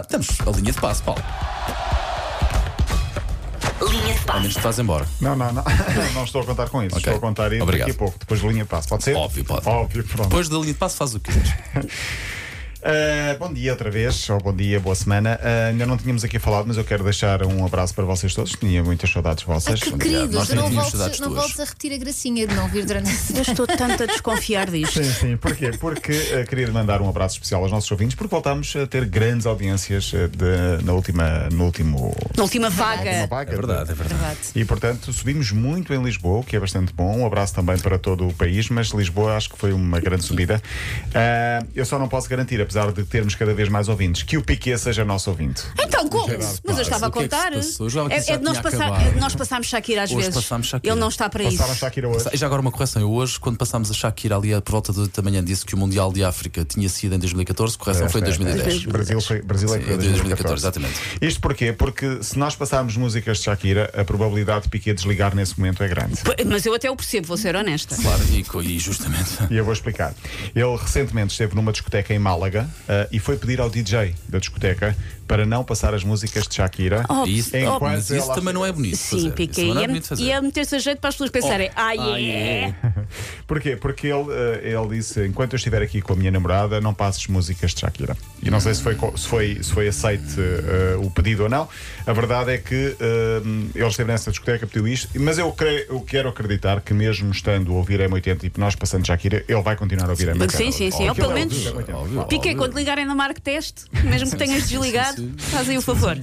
Estamos a linha de passo, Paulo. Linha de Ao passe. menos te faz embora. Não, não, não. Não estou a contar com isso. Ok. Estou a contar isso Obrigado. daqui a pouco, depois de linha de passo. Pode ser? Óbvio, pode. Óbvio, pronto. Depois da linha de passo, faz o que quiseres. Uh, bom dia outra vez, ou bom dia, boa semana. Uh, ainda não tínhamos aqui falado, mas eu quero deixar um abraço para vocês todos. Tinha muitas saudades vossas. Ah, que obrigado. Nós queridos, também não tínhamos voltes, saudades não tuas. voltes a repetir a gracinha de não vir durante a Eu estou tanto a desconfiar disto. Sim, sim. Porquê? Porque eh, queria mandar um abraço especial aos nossos ouvintes, porque voltámos a ter grandes audiências eh, de- na última, no último. Na última vaga. vaga. É verdade, é verdade. verdade. E portanto subimos muito em Lisboa, o que é bastante bom. Um abraço também para todo o país, mas Lisboa acho que foi uma grande subida. Ah, eu só não posso garantir, apesar de termos cada vez mais ouvintes, que o Piquet seja nosso ouvinte. Então, como? Gerardo, Mas pá, eu estava a o que é que se contar. passou? Eu jogava que É isso já é de nós tinha passar- acabado. é de nós passarmos Shakira às Hoje vezes. passámos Shakira. Ele não está para isso. Passaram a Shakira hoje. E já agora uma correção. Eu hoje, quando passámos a Shakira ali por volta de 8 da manhã, disse que o Mundial de África tinha sido em 2014. Correção foi em 2010. Brasil, foi, Brasil é Sim, que foi em 2014, exatamente. Isto porquê? Porque se nós passarmos músicas de Shakira, a probabilidade de Piquet desligar nesse momento é grande. P- Mas eu até o percebo, vou ser honesta. Claro, e, co- e justamente. E eu vou explicar. Ele recentemente esteve numa discoteca em Málaga ah, e foi pedir ao DJ da discoteca para não passar as músicas de Shakira. Oh, E isso, Enquanto mas isso ela- também não é bonito. Sim, fazer. Isso Piquet. também não é Ia, bonito fazer. ia meter-se a jeito para as pessoas pensarem. Ah, Ah, é. é. Porquê? Porque ele, eh, ele disse: enquanto eu estiver aqui com a minha namorada, não passes músicas de Shakira. E não sei se foi, co- se foi, se foi aceite eh, o pedido ou não. A verdade é que eh, ele esteve nessa discoteca, pediu isto, mas eu, creio, eu quero acreditar que, mesmo estando a ouvir M80 e nós passando Shakira, ele vai continuar a ouvir M80. Sim, sim, sim. Óbvio, Ou pelo óbvio, menos. óbvio, é óbvio. Piquet, quando ligarem na marca teste, mesmo que tenhas desligado, fazem o favor.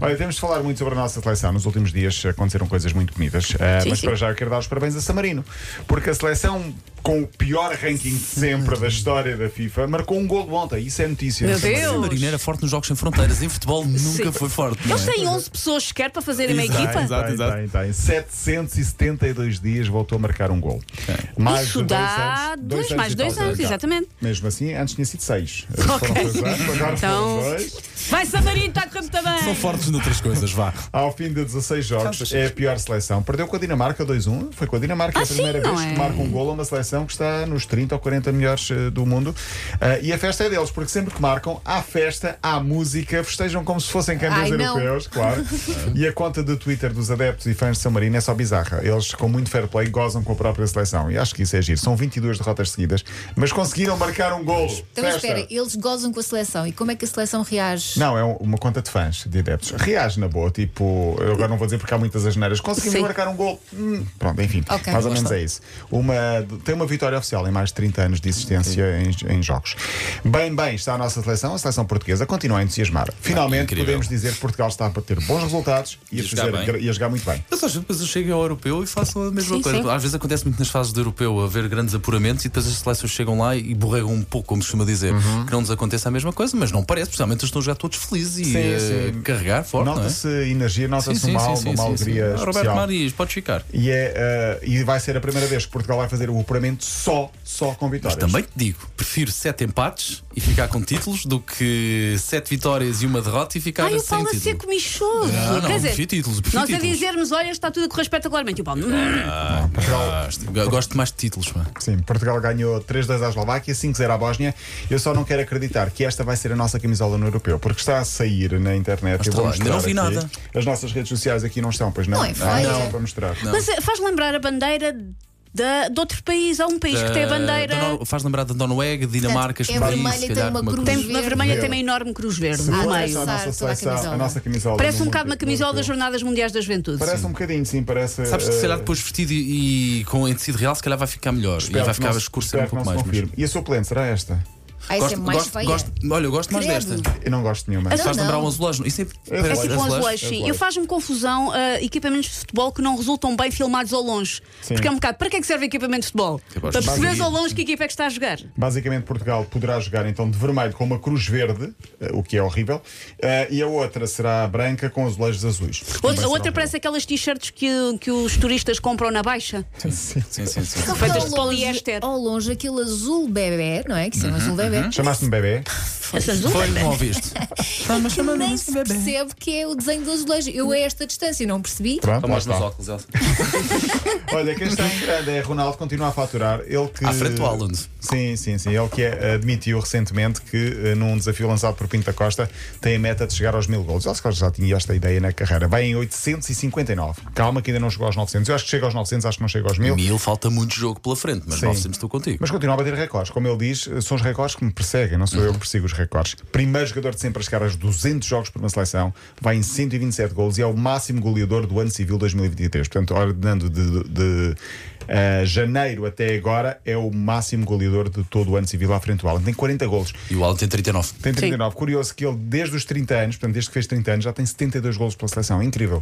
Olha, temos de falar muito sobre a nossa seleção. Nos últimos dias aconteceram coisas muito bonitas, eh, Sim, mas sim. para já eu quero dar os parabéns a Samarino, porque a seleção com o pior ranking de sempre da história da FIFA marcou um gol ontem. Isso é notícia. Meu Samarino. Deus! A Marina era forte nos Jogos Sem Fronteiras. Em futebol nunca Sim. foi forte. não é? Eles têm 11 pessoas sequer para fazerem uma Exato, equipa. exato. Tem, tem, tem. 772 dias voltou a marcar um gol. É. Mais Isso de dois dá anos- dois, anos mais e dois tal, anos, já. exatamente. Mesmo assim, antes tinha sido seis. Ok. Foram dois anos, agora Então- foram dois. Vai, Samarino, está a correr muito bem. São fortes noutras coisas, vá. Ao fim de 16 jogos, é a pior seleção. Perdeu com a Dinamarca 2-1. Foi com a Dinamarca Ah, a primeira sim, não vez que é? marca um gol a uma seleção que está nos 30 ou 40 melhores eh, do mundo. Ah, e a festa é deles, porque sempre que marcam, há festa, há música, festejam como se fossem campeões Ai, não. europeus, claro. e a conta de Twitter dos adeptos e fãs de São Marino é só bizarra. Eles, com muito fair play, gozam com a própria seleção. E acho que isso é giro. São 22 derrotas seguidas, mas conseguiram marcar um gol. Então mas Festa. espera, eles gozam com a seleção. E como é que a seleção reage? Não, é um- uma conta de fãs, de adeptos. Reage na boa, tipo, eu agora não vou dizer porque há muitas asneiras. Conseguimos Sim. marcar um gol. Hum, Pronto, enfim, Ok, mais ou lá menos está. é isso. Uma, tem uma vitória oficial em mais de 30 anos de existência em, em jogos. Bem, bem, está a nossa seleção, a seleção portuguesa, continua a entusiasmar. Finalmente Ah, incrível. podemos dizer que Portugal está a ter bons resultados e, E a jogar fazer, bem. gra- e a jogar muito bem. Mas às vezes depois eu chego ao europeu e faço a mesma Sim, coisa. sim. Às vezes acontece muito nas fases do europeu haver grandes apuramentos e depois as seleções chegam lá e borregam um pouco, como se costuma dizer. Uhum. Que não nos aconteça a mesma coisa, mas não parece, precisamente eles estão já todos felizes e Sim, eh, sim. carregar forte, não é? Nota-se energia, nota-se uma alma, uma alegria Ah, Roberto especial. Marias, podes ficar. E, é, eh, e vai ser a primeira vez que Portugal vai fazer o apuramento só, só com vitórias. Também te digo, prefiro sete empates e ficar com títulos do que sete vitórias e uma derrota e ficar Ai, o sem Paulo a ser título. Ah, comichoso. Não, não, Quer dizer, prefiro títulos, prefiro nós a títulos. dizermos, olha, está tudo a correr espetacularmente. E o Paulo, "Hum, Ah, gosto, Eu gosto mais de títulos, mano. Sim, Portugal ganhou 3-2 à Eslováquia, 5-0 à Bósnia. Eu só não quero acreditar que esta vai ser a nossa camisola no europeu, porque está a sair na internet. Mas Eu está vou lá, ainda não mostrar vi aqui. nada. As nossas redes sociais aqui não estão, pois não? Não é feio. não, para mostrar. mas eh, faz lembrar a bandeira da, de outro país. Há um país que tem a Ah, bandeira. da Nor- Faz lembrar da Noruega, Dinamarca, é Espanha, vermelha se e tem calhar, uma com cruz. Tem, Verde. na vermelha tem uma enorme cruz verde Se no for meio. essa a nossa Toda a seleção, camisola. a nossa camisola. Parece no um bocado mundo uma camisola das europeu. Jornadas Mundiais da Juventude. Parece um bocadinho, sim, parece. Sabes que eh, se calhar depois vestido e, e com em tecido real, se calhar vai ficar melhor. eh, espero e vai que ficar não- escurecer espero um que não pouco se mais. mas- confirme. E a suplente será esta? Ah, isso é mais gosto, feia. gosto, olha, eu gosto mais Credo. desta. Eu não gosto de nenhuma. Então, Mas- Faz Não, lembrar não. um azulejo. Isso é, É É tipo um Azulejo. azulejo, sim. Eu faz-me confusão ah, equipamentos de futebol que não resultam bem filmados ao longe. Sim. Porque é um bocado. Para que é que serve equipamento de futebol? Eu Para gosto de perceberes bateria. ao longe que equipa é que está a jogar. Basicamente, Portugal poderá jogar então de vermelho com uma cruz verde, eh, o que é horrível, eh, e a outra será branca com azulejos azuis. Ou- Também A será um outra horrível. parece aquelas t-shirts que, que os turistas compram na baixa. Sim, sim, sim. Só que Feitas ao longe- de poliéster. Uhum, Ao longe, aquele azul bebê, não é? Que se chama azul bebê. Chamaste-me bebê? Essas duas. Foi, um não ouviste? Está me Que chamando nem assim, se bebê. Então percebe que é o desenho do azulejo. Eu a esta distância não percebi. Pronto, Toma lá os meus está. Então óculos, Elsa. Olha, quem está em grande é Ronaldo, continua a faturar. Ele que... À frente do Haaland. Sim, sim, sim. Ele que é- admitiu recentemente que, eh, num desafio lançado por Pinto da Costa, tem a meta de chegar aos mil gols. Ele já tinha esta ideia na carreira. Vai em 859. Calma, que ainda não chegou aos 900. Eu acho que chega aos 900, acho que não chega aos mil. Mil falta muito jogo pela frente, mas Sim. 900 estou contigo. Mas continua a bater recordes. Como ele diz, são os recordes que me perseguem, não sou eu que persigo os recordes. Primeiro jogador de sempre a chegar aos 200 jogos por uma seleção, vai em 127 golos e é o máximo goleador do ano civil 2023. Portanto, ordenando de, de, eh, janeiro até agora, é o máximo goleador de todo o ano civil à frente do Alan. Tem 40 golos. E o Haaland tem 39. Tem 39. Curioso que ele, desde os 30 anos, portanto, desde que fez 30 anos, já tem 72 golos pela seleção. É Incrível.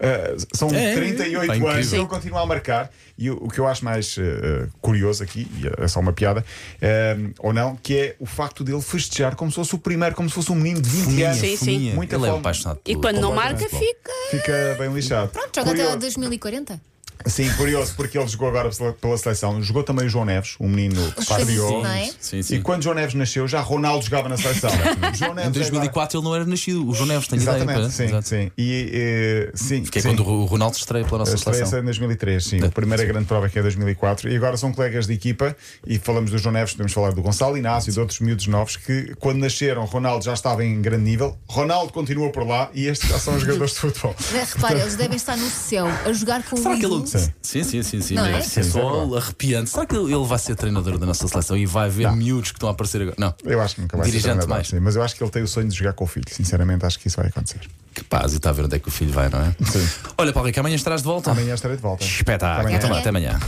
Ah, são É, 38 tá incrível. anos, ele continua a marcar. E o, o que eu acho mais eh, curioso aqui, e é só uma piada, eh, ou não, que é o facto dele festejar como se fosse o primeiro, como se fosse um menino de 20 anos. Sim, sim. Muita Ele é fome. apaixonado. E pelo- quando não pelo marca, futebol. fica. Fica bem lixado. Pronto, joga até Curioso. ao 2040. Sim, curioso, porque ele jogou agora pela- pela seleção. Jogou também o João Neves, um menino que Os patriou. franceses, não é? Sim, sim. E quando João Neves nasceu, já Ronaldo jogava na seleção. João Neves Em é agora- 2004 ele não era nascido. O João Neves tem ideia. Exatamente, pá. sim, Exato. sim. E, eh, sim, Que é sim. quando o Ronaldo estreia pela nossa A estreia seleção. em 2003, sim. A primeira grande prova que é 2004. E agora são colegas de equipa e falamos do João Neves, podemos falar do Gonçalo Inácio e de outros miúdos novos que, quando nasceram, Ronaldo já estava em grande nível. Ronaldo continua por lá e estes já são os jogadores de futebol. Repara, eles devem estar no céu a jogar com Será o que ele. ídolo. Sim, sim, sim, sim. Não mas é? deve ser Sim, é só verdade. arrepiante. Será que ele ele vai ser treinador da nossa seleção e vai ver miúdos que estão a aparecer agora? Não. Eu acho que nunca vai ser Dirigente treinador, mais. sim, mas eu acho que ele tem o sonho de jogar com o filho. Sinceramente, acho que isso vai acontecer. Que paz, e está a ver onde é que o filho vai, não é? Sim. Olha, Paulo, Rico, amanhã estarás de volta. Amanhã estarei de volta. Espetáculo. Amanhã. Então vá, até amanhã.